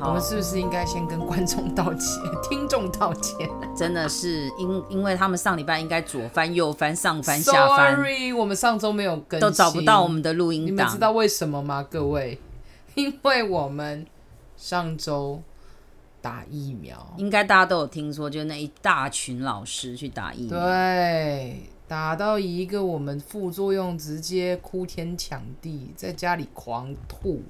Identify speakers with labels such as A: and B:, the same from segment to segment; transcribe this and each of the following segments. A: 我们是不是应该先跟观众道歉、听众道歉
B: 真的是因因为他们上礼拜应该左翻右翻上 翻下翻
A: s o r r y 我们上周没有更新，
B: 都找不到我们的录
A: 你
B: 音
A: 们
B: 档
A: 知。道为什么吗，各位？因为我们上周打疫苗，
B: 应该大家都有听说，就那一大群老师去打疫苗，
A: 对，打到一个我们副作用直接哭天抢地，在家里狂吐。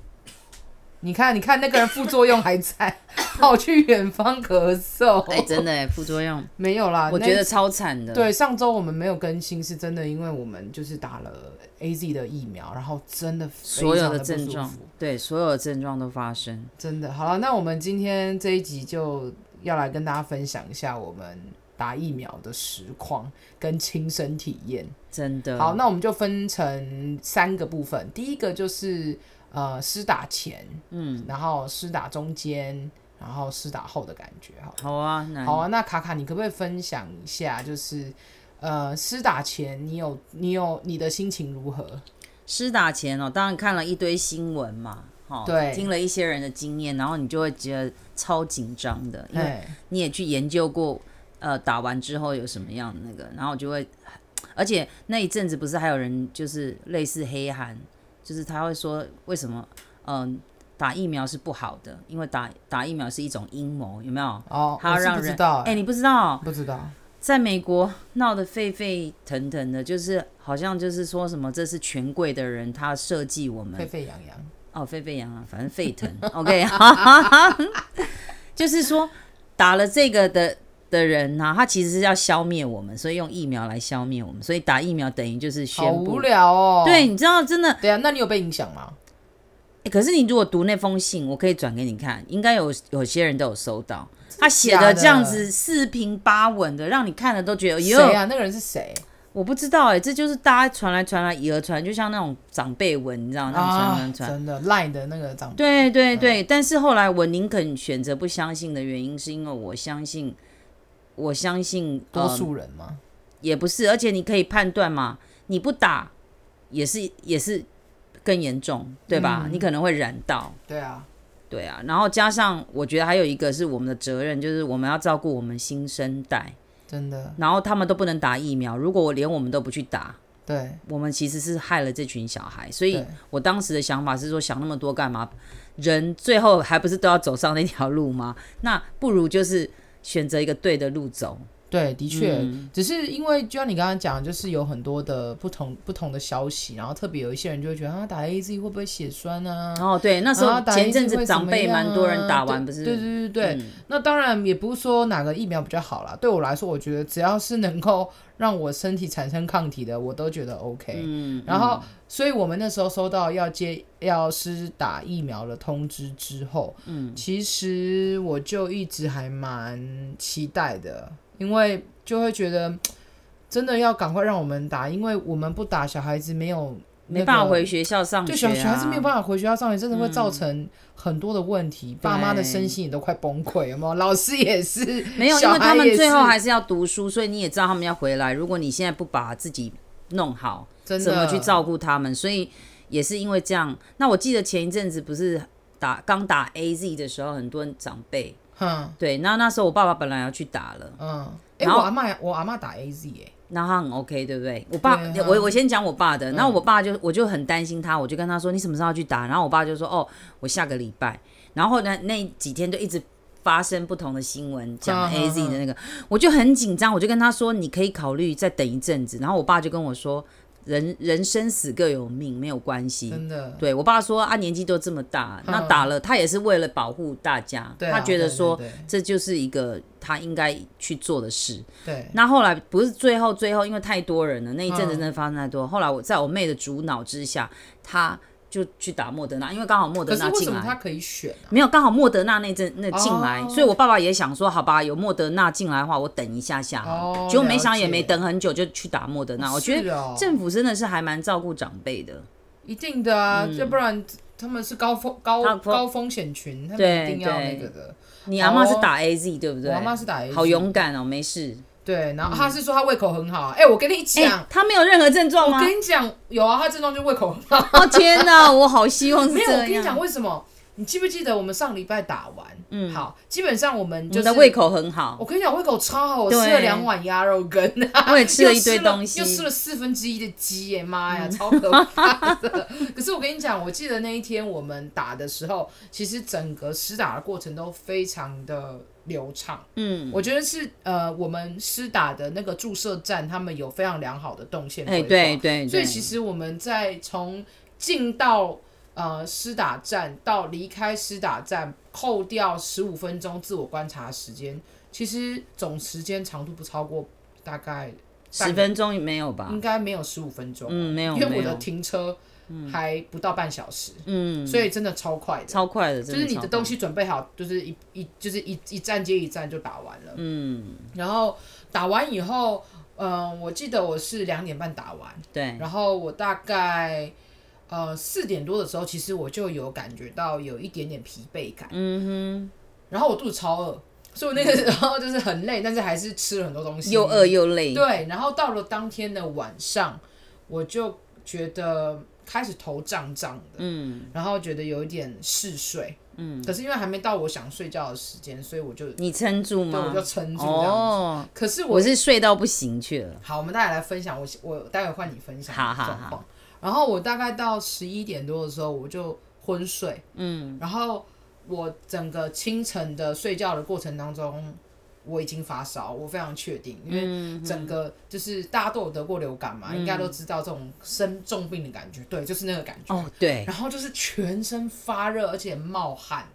A: 你看，你看那个人副作用还在，跑去远方咳嗽。
B: 哎、真的哎，副 作用，
A: 没有啦，
B: 我
A: 那
B: 觉得超惨的。，
A: 对，上周我们没有更新，是真的，因为我们就是打了 A Z 的疫苗，然后真的非
B: 所有
A: 常
B: 的
A: 不
B: 症
A: 舒
B: 状
A: 服，
B: 对，所有的症状都发生。
A: 真的好了。那我们今天这一集就要来跟大家分享一下我们打疫苗的实况跟亲身体验。
B: 真的，
A: 好，那我们就分成三个部分，第一个就是呃施打前，
B: 嗯，
A: 然后施打中间，然后施打后的感觉哈。
B: 好啊，那
A: 好啊，那卡卡，你可不可以分享一下，就是呃，施打前你有你有你的心情如何？
B: 施打前哦，当然看了一堆新闻嘛，好、
A: 对
B: 听了一些人的经验，然后你就会觉得超紧张的，因为
A: 哎，
B: 你也去研究过，呃，打完之后有什么样的那个，然后就会，而且那一阵子不是还有人就是类似黑函，就是他会说为什么，嗯、打疫苗是不好的，因为打打疫苗是一种阴谋，有没有？
A: 哦，
B: 他
A: 我是
B: 让
A: 不
B: 人
A: 知道、
B: 哎、
A: 哎、
B: 你不知道，
A: 不知道，
B: 在美国闹得沸沸腾腾的，就是好像就是说什么这是权贵的人他设计我
A: 沸
B: 们
A: 沸扬扬，
B: 哦，沸沸扬扬，反正沸腾。OK，哈 哈哈就是说打了这个的的人呢、他其实是要消灭我们，所以用疫苗来消灭我们，所以打疫苗等于就是
A: 好
B: 宣
A: 无
B: 布。
A: 聊哦。
B: 对，，你知道真的、
A: 对啊，那你有被影响吗？
B: 欸可是你如果读那封信，我可以转给你看，应该有有些人都有收到。他写
A: 假
B: 的
A: 的
B: 这样子四平八稳的，让你看了都觉得
A: 谁
B: 哟。
A: 啊？那个人是谁？
B: 我不知道哎、这就是大家传来传来，以讹传，就像那种长辈文，你知道那种传传传。
A: 啊真的赖的那个长辈，
B: 对对
A: 嗯
B: 对，但是后来我宁肯选择不相信的原因，是因为我相信，我相信
A: 多
B: 呃
A: 数人吗？
B: 也不是，而且你可以判断嘛，你不打也是也是更严重，对吧？
A: 嗯
B: 你可能会染到，
A: 对啊，
B: 对啊。然后加上我觉得还有一个是我们的责任，就是我们要照顾我们新生代，
A: 真的，
B: 然后他们都不能打疫苗，如果我连我们都不去打，
A: 对
B: 我们其实是害了这群小孩，所以
A: 对
B: 我当时的想法是说，想那么多干嘛？人最后还不是都要走上那条路吗？ 那不如就是选择一个对的路走。
A: 对，的确，
B: 嗯
A: 只是因为就像你刚刚讲，就是有很多的不同不同的消息，然后特别有一些人就会觉得啊，打 A Z 会不会血栓啊？
B: 然后哦对，那时
A: 啊
B: 候
A: 打
B: 前阵
A: 疫苗
B: 子
A: 会
B: 长辈
A: 怎么样啊
B: 蛮多人打完，
A: 对
B: 不是？
A: 对对对对，
B: 嗯
A: 那当然也不是说哪个疫苗比较好啦。对我来说，我觉得只要是能够让我身体产生抗体的，我都觉得 OK。
B: 嗯
A: 然后，所以我们那时候收到要接要施打疫苗的通知之后，
B: 嗯，
A: 其实我就一直还蛮期待的，因为就会觉得嗯真的要赶快让我们打，因为我们不打，小孩子没有、那
B: 没办法
A: 个
B: 回学校上学、
A: 对
B: 啊，
A: 小小孩子没有办法回学校上学，真的会造成很多的问题，爸妈的身心也都快崩溃，有没有？老师也是，
B: 没有，因
A: 小
B: 为
A: 孩
B: 他们
A: 也
B: 最
A: 是
B: 后还是要读书，所以你也知道他们要回来。如果你现在不把自己弄好，
A: 真的
B: 怎么去照顾他们，所以也是因为这样。那我记得前一阵子不是打刚打 A Z 的时候，很多人长辈
A: 哼
B: 对，那那时候我爸爸本来要去打了，
A: 嗯，哎、
B: 然后
A: 我阿妈我阿妈打 A Z 哎、
B: 那他很 OK，对不对？我爸，
A: 对啊嗯
B: 我我先讲我爸的，那我爸就我就很担心他，我就跟他说你什么时候要去打？然后我爸就说哦，我下个礼拜。然后呢，那几天就一直。发生不同的新闻，讲
A: 嗯
B: A Z
A: 嗯
B: 的那个，我就很紧张，我就跟他说，你可以考虑再等一阵子。然后我爸就跟我说，人人生死各有命，没有关系。
A: 真的
B: 对我爸说啊，年纪都这么大，那
A: 嗯
B: 打了他也是为了保护大家，
A: 对啊
B: 他觉得说
A: 对对对
B: 这就是一个他应该去做的事。
A: 对，
B: 那后来不是最后最后，因为太多人了，那一阵子
A: 嗯
B: 真的发生太多。后来我在我妹的主脑之下，她就去打莫德纳，因为刚好莫德
A: 可是
B: 纳
A: 为
B: 进
A: 什么他
B: 来。
A: 可以选啊？
B: 没有，刚好莫德纳那阵那进来，
A: 哦
B: 所以我爸爸也想说，好吧，有莫德纳进来的话，我等一下下好了。
A: 哦
B: 结果没想到
A: 了
B: 也没
A: 解
B: 等很久就去打莫德纳。我觉
A: 是
B: 得
A: 哦
B: 政府真的是还蛮照顾长辈的。
A: 一定的啊，要不然他们是高风高
B: 高嗯风
A: 高风险群，他们
B: 对
A: 一定要
B: 对
A: 那个的。
B: 你阿妈是
A: 好哦
B: 打 A Z 对不对？
A: 我阿妈是打 A，
B: 好勇嗯敢哦，没事。
A: 对，然后他是说他胃口很好啊，哎、我跟你
B: 哎、
A: 讲。
B: 他没有任何症状
A: 我
B: 吗？
A: 跟你讲，有啊，他症状就胃口很好。
B: 哦天哪，我好希望是
A: 没有，我
B: 这
A: 跟你讲
B: 样。
A: 为什么？你记不记得我们上礼拜打完？
B: 嗯，
A: 好，基本上我们
B: 我
A: 就是
B: 们的胃口很好
A: 我，跟你讲，胃口超好，我吃
B: 对
A: 了两碗鸭肉羹、
B: 我也吃
A: 又
B: 了一堆东西嗯
A: 又，吃了四分之一的鸡耶，妈呀，超可怕的！ 可是我跟你讲，我记得那一天我们打的时候，其实整个施打的过程都非常的流畅。
B: 嗯，
A: 我觉得是呃，我们施打的那个注射站，他们有非常良好的动线规
B: 哎，
A: 划。
B: 对对
A: 所以
B: 对，
A: 其实我们在从进到呃施打站到离开施打站，扣掉十五分钟自我观察时间，其实总时间长度不超过大概
B: 十分钟没有吧
A: 应？该没有十五分钟，
B: 啊嗯，没
A: 嗯
B: 有
A: 因为
B: 没
A: 我的
B: 有，
A: 停车还不到半小时，
B: 嗯，
A: 所以真的超快的。
B: 超快的，
A: 就
B: 真
A: 是你
B: 超
A: 的
B: 快
A: 东，西准备好，就是一一就是一一站接一站就打完了。
B: 嗯，
A: 然后打完以后，嗯、我记得我是两点半打完，
B: 对，
A: 然后我大概呃四点多的时候，其实我就有感觉到有一点点疲惫感，
B: 嗯
A: 然后我肚子超饿，所以我那个 时候就是很累，但是还是吃了很多东
B: 哼，
A: 西，
B: 又饿又累，
A: 对，啊然后到了当天的晚上，我就觉得开始头胀胀的，
B: 嗯，
A: 然后觉得有一点嗜睡，嗯，可是因为还没到我想睡觉的时间，所以我就
B: 你撑住
A: 对啊我
B: 吗
A: 就？撑住这样子。
B: 啊哦，
A: 可是我
B: 我是睡到不行去了，
A: 好，我们大家来分享，我我待会换你分享
B: 好好
A: 状
B: 好
A: 况。然后我大概到十一点多的时候，我就昏睡，嗯，然后我整个清晨的睡觉的过程当中，我已经发烧，我非常确定，因
B: 嗯
A: 为整个就是大家都有得过流感嘛，应该都知道这种生重病的感觉，对，就是那个感觉。
B: 哦，对，
A: 然后就是全身发热，而且冒汗，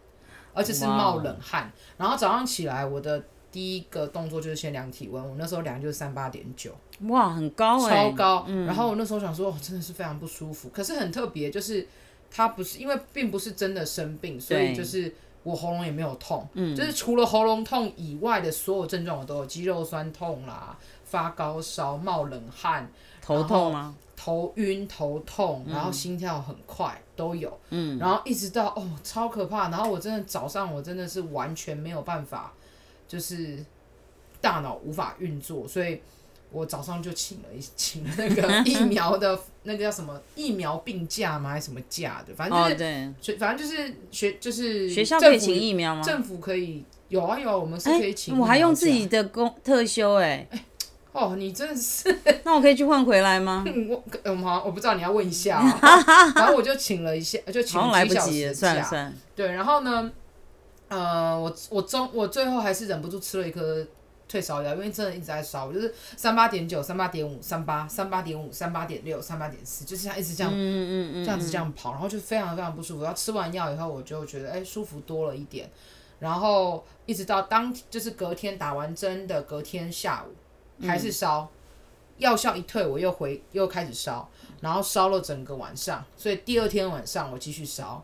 A: 而且是
B: 哇哦
A: 冒冷汗。然后早上起来，我的第一个动作就是先量体温，我那时候量就是三八点九，
B: 哇，很高哎、
A: 超高。然后我那时候想说，哦，真的是非常不舒服。可是很特别，就是它不是因为并不是真的生病，所以
B: 对嗯
A: 就是我喉咙也没有痛，就是除了喉咙痛以外的所有症状我都有，肌肉酸痛啦，发高烧、冒冷汗，
B: 头痛吗？
A: 头晕、头痛，
B: 嗯
A: 然后心跳很快、都有，嗯，然后一直到哦超可怕，然后我真的早上我真的是完全没有办法，就是大脑无法运作，所以我早上就请了一 请了那个 疫苗的那个叫什么疫苗病假吗？还是什么假的？反正就
B: 哦，
A: 是
B: 对，
A: 学、反正就是学就是
B: 学校
A: 政
B: 可以
A: 府
B: 请疫苗吗？
A: 政府可以有啊有啊，我们是
B: 哎
A: 可以请、
B: 我还用自己的工特休哎、
A: 哦，你真的是。
B: 那我可以去换回来吗？
A: 嗯，我嗯好像我不知道你要问一下、 啊，然后我就请了一下，就请
B: 好像
A: 了
B: 来
A: 几
B: 不
A: 小
B: 及
A: 时
B: 了，
A: 的
B: 算了
A: 假
B: 算了，
A: 对，然后呢，呃，我我中我最后还是忍不住吃了一颗退烧药，因为真的一直在烧，我就是三八点九、三八点五、三八、三八点五、三八点六、三八点四，就是像一直这样、
B: 嗯嗯嗯，
A: 这样子这样跑，然后就非常非常不舒服。然后吃完药以后，我就觉得哎、舒服多了一点，然后一直到当就是隔天打完针的隔天下
B: 嗯
A: 午还是烧，药效一退我又回又开始烧，然后烧了整个晚上，所以第二天晚上我继续烧，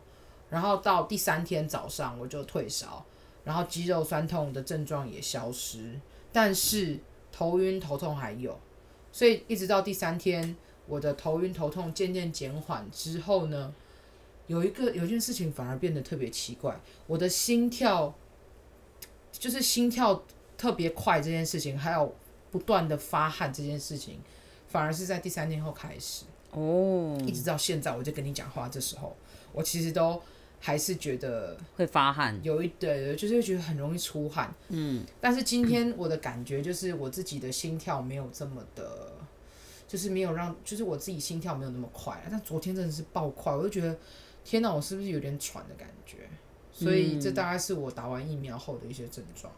A: 然后到第三天早上我就退烧，然后肌肉酸痛的症状也消失，但是头晕头痛还有，所以一直到第三天。我的头晕头痛渐渐减缓之后呢，有一个有一件事情反而变得特别奇怪，我的心跳就是心跳特别快这件事情，还有不断的发汗这件事情，反而是在第三天后开始，
B: 哦，
A: 一直到现在，我就跟你讲话这时候，我其实都还是觉得
B: 会发汗，
A: 有一对，就是会觉得很容易出汗。嗯，但是今天我的感觉就是我自己的心跳没有这么的，就是没有让，就是我自己心跳没有那么快了。但昨天真的是爆快，我就觉得天哪，我是不是有点喘的感觉？所以这大概是我打完疫苗后的一些症状。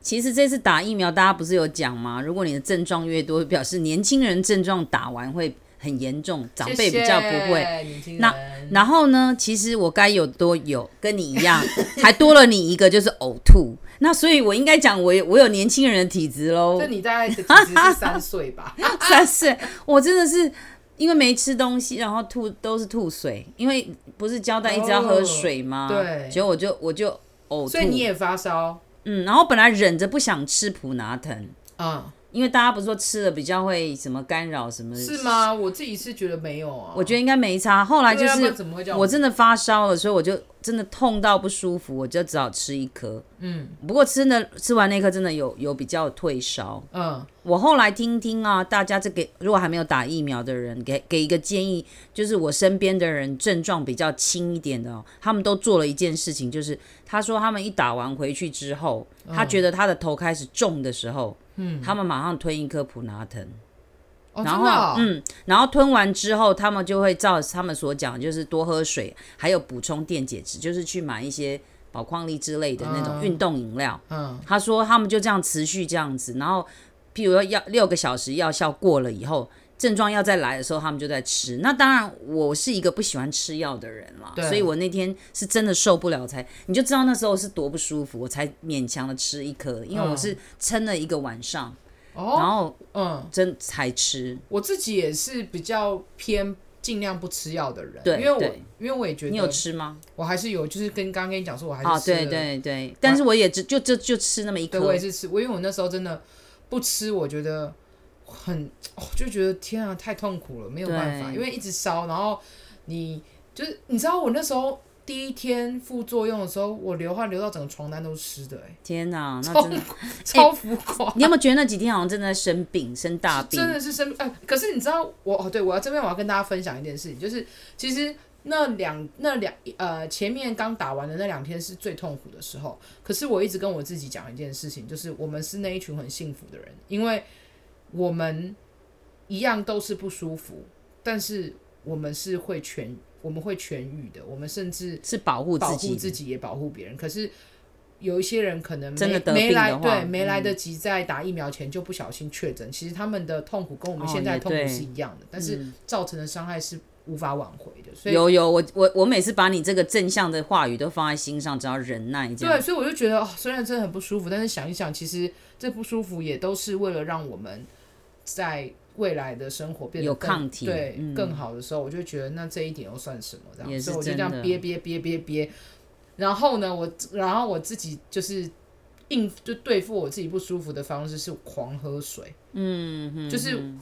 B: 其实这次打疫苗，大家不是有讲吗？如果你的症状越多，表示年轻人症状打完会很严重，长辈比较不会。
A: 谢谢年轻
B: 那
A: 人，
B: 然后呢，其实我该有多有，跟你一 样，还多了你一个就是呕吐。那所以，我应该讲我有我有年轻人的体质喽
A: 这，你大概的体质是三岁吧？
B: 三岁，我真的是因为没吃东西，然后吐都是吐水，因为不是交代一直要喝水吗？
A: 哦对
B: 结果我就 我就呕吐，
A: 所以你也发烧
B: 嗯，然后本来忍着不想吃普拿疼，
A: 啊、
B: 因为大家不是说吃了比较会什么干扰什么？
A: 是？吗？我自己是觉得没有啊。
B: 我觉得应该没差。后来就
A: 对啊不然
B: 是
A: 怎么会这样？
B: 我真的发烧了，所以我就真的痛到不舒服，我就只好吃一颗。嗯，不过吃的吃完那一颗真的有有比较退烧。
A: 嗯，
B: 我后来听听啊，大家这给如果还没有打疫苗的人，给给一个建议，就是我身边的人症状比较轻一点的、哦，他们都做了一件事情，就是他说他们一打完回去之后，他觉得他的头开始重的时候，嗯，他们马上吞一颗普拿疼。
A: 哦，
B: 然
A: 真
B: 后、
A: 的哦，
B: 嗯，然后吞完之后，他们就会照他们所讲，就是多喝水，还有补充电解质，就是去买一些宝矿力之类的那种
A: 嗯
B: 运动饮料。
A: 嗯，
B: 他说他们就这样持续这样子，然后譬如说要六个小时药效过了以后，症状要再来的时候，他们就在吃。那当然，我是一个不喜欢吃药的人啦，
A: 对
B: 所以我那天是真的受不了才，你就知道那时候是多不舒服，我才勉强的吃一颗，因为我
A: 嗯
B: 是撑了一个晚上，
A: 哦，
B: 然后
A: 嗯，
B: 真才吃。
A: 我自己也是比较偏尽量不吃药的人，
B: 对
A: 因为我
B: 对
A: 因为我也觉
B: 你有
A: 得
B: 吃吗？
A: 我还是有，就是跟刚刚跟你讲说，我还
B: 啊，
A: 是吃
B: 对
A: 了
B: 对对，但是我也只就就就吃那么一
A: 对，我
B: 颗
A: 也，是吃，我因为我那时候真的不吃，我觉得很，哦就觉得天啊，太痛苦了，没有办法，
B: 对
A: 因为一直烧，然后你就是你知道我那时候第一天副作用的时候，我流汗流到整个床单都是湿 的、欸，
B: 天哪，那
A: 超
B: 真的，
A: 超浮夸。
B: 你有没有觉得那几天好像真的在生病，生大病？
A: 真的是生，哎、可是你知道我哦，对我要这边我要跟大家分享一件事情，就是其实那两那两呃前面刚打完的那两天是最痛苦的时候，可是我一直跟我自己讲一件事情，就是我们是那一群很幸福的人，因为我们一样都是不舒服，但是我们是会痊，我们会痊愈的，我们甚至
B: 是保护
A: 保
B: 自
A: 护
B: 己，
A: 自己也保护别人。可是有一些人可能没
B: 真的得病
A: 没
B: 的
A: 来，
B: 话
A: 对，没来
B: 嗯
A: 得及在打疫苗前就不小心确诊，其实他们的痛苦跟我们
B: 哦
A: 现在的
B: 也
A: 痛苦
B: 对
A: 是一样的，但是
B: 嗯
A: 造成的伤害是无法挽回的。所以
B: 有有，我我我每次把你这个正向的话语都放在心上，只要忍耐这样。
A: 对，所以我就觉得哦，虽然真的很不舒服，但是想一想，其实这不舒服也都是为了让我们在未来的生活变得
B: 有
A: 更
B: 抗体
A: 对、
B: 嗯
A: 更好的时候，我就觉得那这一点又算什么？这
B: 也
A: 样，
B: 是
A: 所以我就
B: 真
A: 这样
B: 的
A: 憋憋憋憋憋。然后呢，我然后我自己就是应就对付我自己不舒服的方式是狂喝水，
B: 嗯哼，
A: 就是
B: 嗯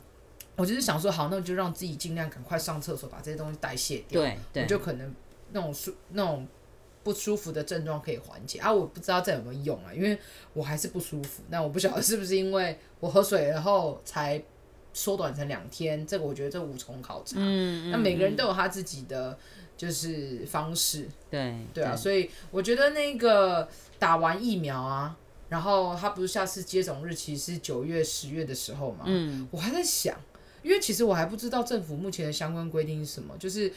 A: 我就是想说，好，那我就让自己尽量赶快上厕所，把这些东西代谢掉。
B: 对
A: 我
B: 对，
A: 就可能那种舒那种不舒服的症状可以缓解啊。我不知道这有没有用啊，因为我还是不舒服。那我不晓得是不是因为我喝水然后才缩短成两天，这个我觉得这无从考察。
B: 嗯，嗯
A: 那每个人
B: 嗯
A: 都有他自己的就是方式，
B: 对
A: 对啊，所以我觉得那个打完疫苗啊，然后他不是下次接种日期是九月、十月的时候嘛，
B: 嗯，
A: 我还在想，因为其实我还不知道政府目前的相关规定是什么，就是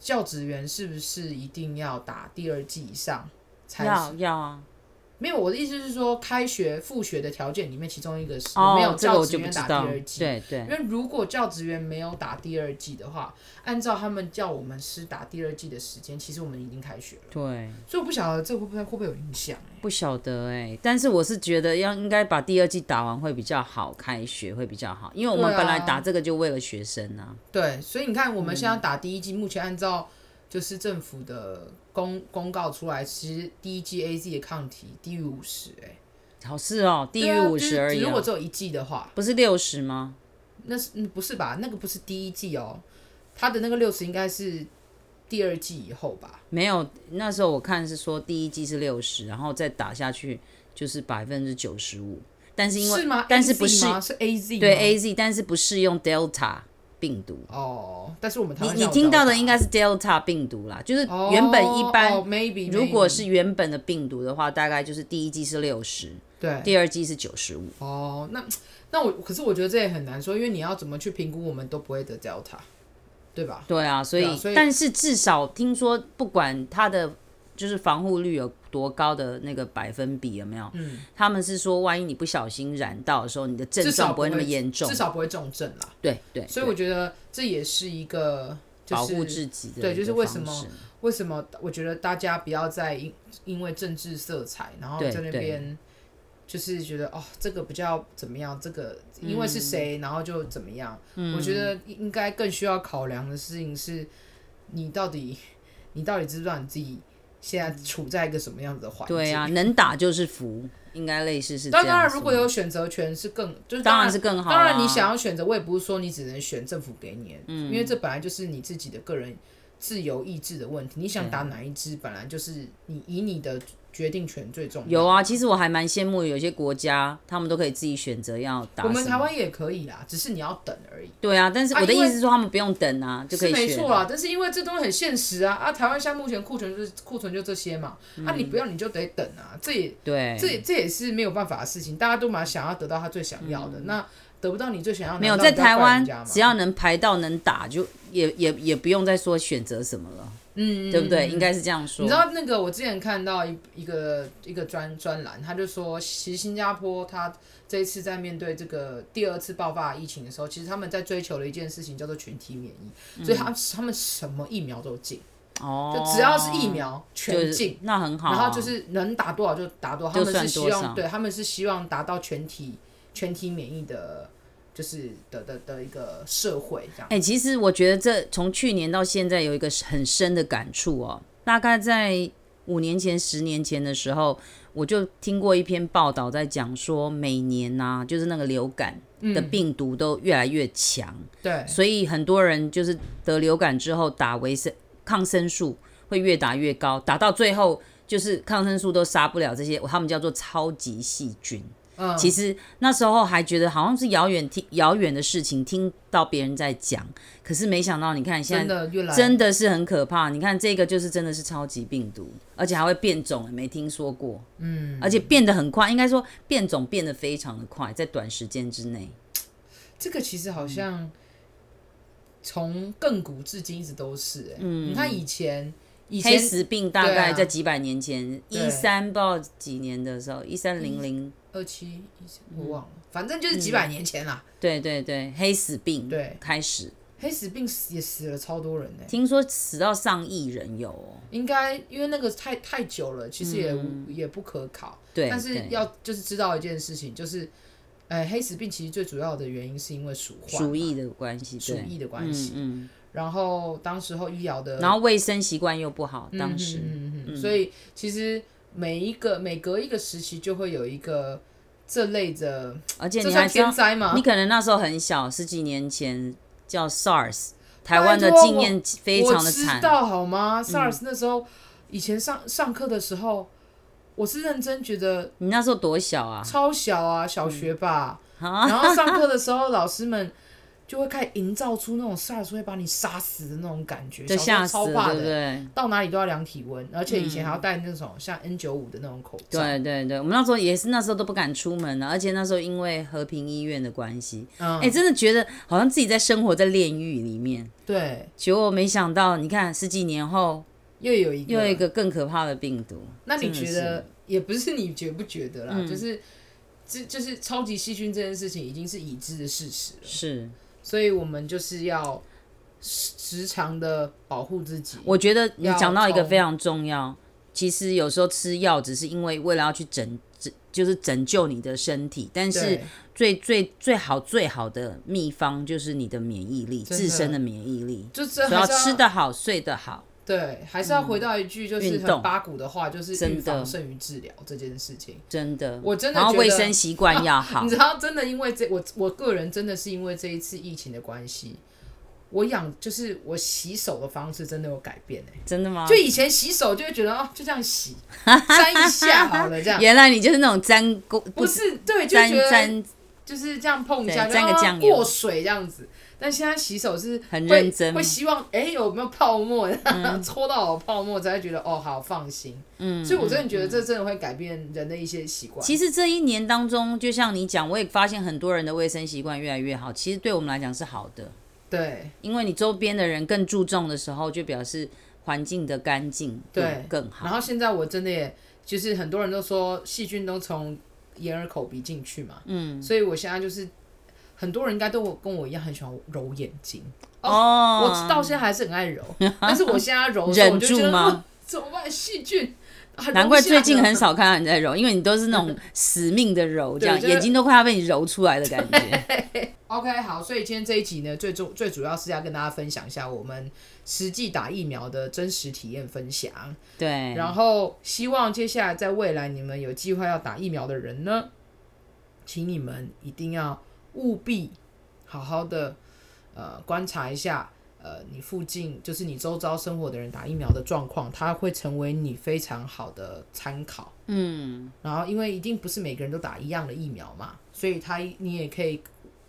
A: 教职员是不是一定要打第二剂以上才
B: 要
A: 是？
B: 要啊，
A: 没有，我的意思是说，开学复学的条件里面，其中一个是有没有
B: 哦，这个
A: 教
B: 我
A: 职
B: 就不
A: 员
B: 知
A: 打第
B: 道
A: 二，剂。
B: 对对
A: 因，为如果教职员没有打第二剂的话，按照他们叫我们是打第二剂的时间，其实我们已经开学了。
B: 对，
A: 所以我不晓得这会不会会不会有影响、欸？
B: 不晓得哎、但是我是觉得要应该把第二季打完会比较好，开学会比较好，因为我们
A: 对啊
B: 本来打这个就为了学生啊，
A: 对，所以你看我们
B: 嗯
A: 现在打第一季，目前按照就是政府的公公告出来，其实第一季 A Z 的抗体低于五十，哎，
B: 好事哦、低
A: 对
B: 于
A: 啊
B: 五
A: 就是
B: 十而已
A: 如
B: 哦、
A: 果只有一季的话，
B: 不是六十吗？
A: 那是嗯不是吧？那个不是第一季哦，它的那个六十应该是第二季以后吧？
B: 没有，那时候我看是说第一季是六十，然后再打下去就是百分之九十五，但是因为
A: 是吗？
B: 但是
A: AZ
B: 不是
A: 吗？是 A Z
B: 对 A Z，但是不适用 Delta 病毒。
A: 哦，但是我们台
B: 你
A: 湾
B: 你听到的应
A: 该
B: 该是 Delta 病毒啦，就是原本一般、
A: 哦、maybe
B: 如果
A: maybe
B: 是原本的病毒的话，大概就是第一季是六十，
A: 对
B: 第二季是九十五。
A: 哦，那那我可是我觉得这也很难说，因为你要怎么去评估我们都不会得 Delta，对吧？
B: 对啊，所以,、
A: 对啊所以
B: 但是至少听说，不管它的就是防护率有多高的那个百分比有没有，
A: 嗯，
B: 他们是说万一你不小心染到的时候，你的症
A: 至少
B: 状不会那么严重
A: 至。少不会重症啦。
B: 对对，
A: 所以
B: 对
A: 我觉得这也是一个、就是、
B: 保护自己的
A: 对
B: 一
A: 就是
B: 个
A: 为
B: 方
A: 什么
B: 式
A: 为什么我觉得大家不要再因因为政治色彩，然后
B: 对
A: 在那边就是觉得哦，这个比较怎么样，这个因为是
B: 嗯
A: 谁，然后就怎么样。我觉得应该 更需要考量的事情是，你到底你到底知不知道你自己现在处在一个什么样子的环境。
B: 嗯对啊，能打就是福，应该类似是这
A: 当
B: 样啊
A: 然。当然，
B: 说。
A: 如果有选择权是更，就是
B: 当
A: 然
B: 然是更好啊、
A: 当然，你想要选择，我也不是说你只能选政府给你的，
B: 嗯
A: 因为这本来就是你自己的个人自由意志的问题。你想打哪一支，本来就是你以你的决定权最重要。
B: 有啊，其实我还蛮羡慕有些国家，他们都可以自己选择要打什么。
A: 我们台湾也可以啦，只是你要等而已。
B: 对啊，但是
A: 啊
B: 我的
A: 因
B: 意
A: 为
B: 思是说，他们不用等啊，就可
A: 是
B: 以选。
A: 没错啦，但是因为这东西很现实啊啊！台湾现在目前库存就是库存就这些嘛，
B: 嗯
A: 啊你不要你就得等啊，这也
B: 对，
A: 这也这也是没有办法的事情，大家都蛮想要得到他最想要的，那得不到你最想要的，
B: 嗯没有
A: 难道
B: 在
A: 你要
B: 台
A: 怪人
B: 湾
A: 家，吗
B: 只要能排到能打，就也也也不用再说选择什么了，
A: 嗯，
B: 对不对？啊应该是这样说。
A: 你知道那个我之前看到一一个一个专专栏，他就说，其实新加坡他这一次在面对这个第二次爆发疫情的时候，其实他们在追求的一件事情叫做群体免疫，所以他他们什么疫苗都进，
B: 嗯哦，
A: 就只要是疫苗
B: 就
A: 全进。
B: 是那很好、啊。
A: 然后就是能打多少就打多少，他
B: 就
A: 们
B: 算
A: 是希
B: 多少
A: 望对他们是希望达到全体全体免疫的，就是的的的一个社会这样。
B: 哎、其实我觉得这从去年到现在有一个很深的感触哦。大概在五年前、十年前的时候，我就听过一篇报道，在讲说每年呐、就是那个流感的病毒都越来越强，
A: 对，
B: 所以很多人就是得流感之后打维生抗生素会越打越高，打到最后就是抗生素都杀不了这些，他们叫做超级细菌。
A: 嗯，
B: 其实那时候还觉得好像是遥远听遥远的事情，听到别人在讲，可是没想到，你看现
A: 真
B: 在
A: 的越来
B: 真的是很可怕。你看这个就是真的是超级病毒，而且还会变种，欸没听说过。嗯，而且变得很快，应该说变种变得非常的快，在短时间之内。
A: 这个其实好像从亘古至今一直都是、哎，嗯，你看以前以
B: 黑
A: 前
B: 死病大
A: 对啊
B: 概在几百年前，
A: 对
B: 一三、不知道几年的时候，一三零零，
A: 二七我忘了，
B: 嗯
A: 反正就是几百年前啦。
B: 对对对，黑死病
A: 对
B: 开始，
A: 黑死病死也死了超多人呢、哎
B: 听说死到上亿人有哦。
A: 应该因为那个太太久了，其实也、也不可考。
B: 嗯对，
A: 但是
B: 对
A: 要就是知道一件事情，就是，呃，黑死病其实最主要的原因是因为鼠患嘛、
B: 鼠疫的关系，
A: 啊鼠
B: 对
A: 疫的关系。
B: 嗯
A: 然后当时候医疗的
B: 嗯，然后卫生习惯又不好，
A: 嗯
B: 当时、
A: 嗯嗯嗯所以其实每一个每隔一个时期就会有一个这类的，
B: 而且
A: 这
B: 你
A: 算
B: 还知
A: 天
B: 道，
A: 灾吗
B: 你？可能那时候很小，十几年前叫 SARS，台湾的
A: 拜托
B: 经验非常的
A: 我知
B: 惨，嗯
A: 道好吗？SARS 那时候以前上上课的时候，我是认真觉得
B: 你那时候多小啊？
A: 超小啊，小学吧。
B: 啊，
A: 然后上课的时候，老师们就会开始营造出那种 SARS 会把你杀死的那种感觉，
B: 就
A: 小时候超
B: 吓死
A: 怕
B: 了，对不
A: 的。
B: 对？
A: 到哪里都要量体温，而且以前还要戴那种像 N 九五的那种口罩。
B: 对对对，我们那时候也是，那时候都不敢出门了、而且那时候因为和平医院的关系，哎、
A: 嗯，
B: 真的觉得好像自己在生活在炼狱里面。
A: 对，
B: 结果没想到，你看十几年后
A: 又有一个，
B: 又有一个更可怕的病毒。
A: 那你
B: 真的
A: 觉
B: 是嗯
A: 得也不是你觉不觉得啦，就是这就是超级细菌这件事情已经是已知的事实了，
B: 是？
A: 所以我们就是要时时常的保护自己。
B: 我觉得你
A: 要
B: 讲到一个
A: 从
B: 非常重要，其实有时候吃药只是因为为了要去拯拯，就是拯救你的身体，但是
A: 对
B: 最最最好最好的秘方就是你的免疫力，
A: 真的
B: 自身的免疫力，
A: 就
B: 只
A: 这还
B: 要
A: 是要
B: 吃得好，睡得好，
A: 对，还是要回到一句就是
B: 运
A: 很
B: 动
A: 八股的话，就是
B: 真
A: 预防
B: 的
A: 胜于治疗这件事情。
B: 真的，
A: 我真的
B: 然后
A: 觉得
B: 卫生习惯要 好
A: 你，知道，真的因为这，我我个人真的是因为这一次疫情的关系，我养就是我洗手的方式真的有改变哎、
B: 真的吗
A: 就？以前洗手就会觉得哦，就这样洗，沾一下好了这 样。
B: 原来你就是那种沾锅，
A: 不是对，就
B: 沾
A: 觉得
B: 沾
A: 就是这样碰一下，
B: 对
A: 就
B: 沾个
A: 啊
B: 酱油
A: 过水这样子。但现在洗手是
B: 很
A: 会
B: 认真
A: 会
B: 吗
A: 希望哎、有没有泡沫， 搓到有泡沫才会觉得哦好放心。嗯，所以我真的觉得这真的会改变人的一些习惯。
B: 其实这一年当中，就像你讲，我也发现很多人的卫生习惯越来越好，其实对我们来讲是好的。
A: 对
B: 因为你周边的人更注重的时候，就表示环境的干净
A: 对
B: 更
A: 然
B: 好。
A: 后现在我真的也就是很多人都说细菌都从眼耳口鼻进去嘛，嗯，所以我现在就是很多人应该都跟我一样很喜欢揉眼睛。
B: 哦
A: 我到现在还是很爱揉，但是我现在揉的时候
B: 忍住？
A: 我就觉得
B: 吗？
A: 怎么办？细菌，啊
B: 难怪最近
A: 容不下
B: 很少看到你在揉，因为你都是那种死命的揉，这样
A: 对就是
B: 眼睛都快要被你揉出来的感觉。
A: OK，好，所以今天这一集呢，最重最主要是要跟大家分享一下我们实际打疫苗的真实体验分享，
B: 对，
A: 然后希望接下来在未来你们有计划要打疫苗的人呢，请你们一定要务必好好的呃观察一下。呃，你附近就是你周遭生活的人打疫苗的状况，它会成为你非常好的参考。
B: 嗯，
A: 然后因为一定不是每个人都打一样的疫苗嘛，所以他你也可以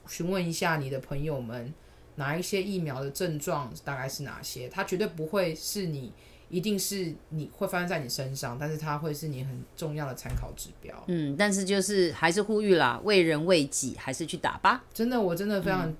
A: 询问一下你的朋友们，哪一些疫苗的症状大概是哪些？它绝对不会是你一定是你会发生在你身上，但是它会是你很重要的参考指标。
B: 嗯，但是就是还是呼吁啦，为人为己，还是去打吧。
A: 真的，我真的非常、
B: 嗯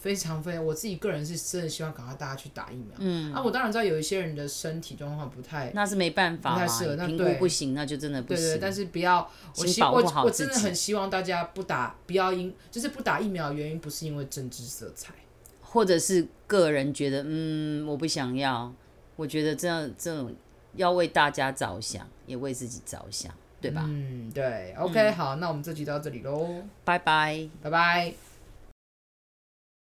A: 非常非常，我自己个人是真的希望赶快大家去打疫苗。嗯，啊，我当然知道有一些人的身体状况不太。
B: 那是没办法
A: 不
B: 啦
A: 太适合，那
B: 评
A: 对
B: 估不行，那就真的不
A: 对对，
B: 行。
A: 但是不要，我
B: 请
A: 希
B: 保
A: 我
B: 护好
A: 我
B: 自
A: 真的
B: 己
A: 很希望大家不打，不要因就是不打疫苗的原因不是因为政治色彩，
B: 或者是个人觉得，嗯，我不想要，我觉得这样这种要为大家着想，也为自己着
A: 嗯
B: 想，对吧？嗯
A: 嗯，对，OK，、好，那我们这集到这里喽，
B: 拜拜。
A: 拜拜。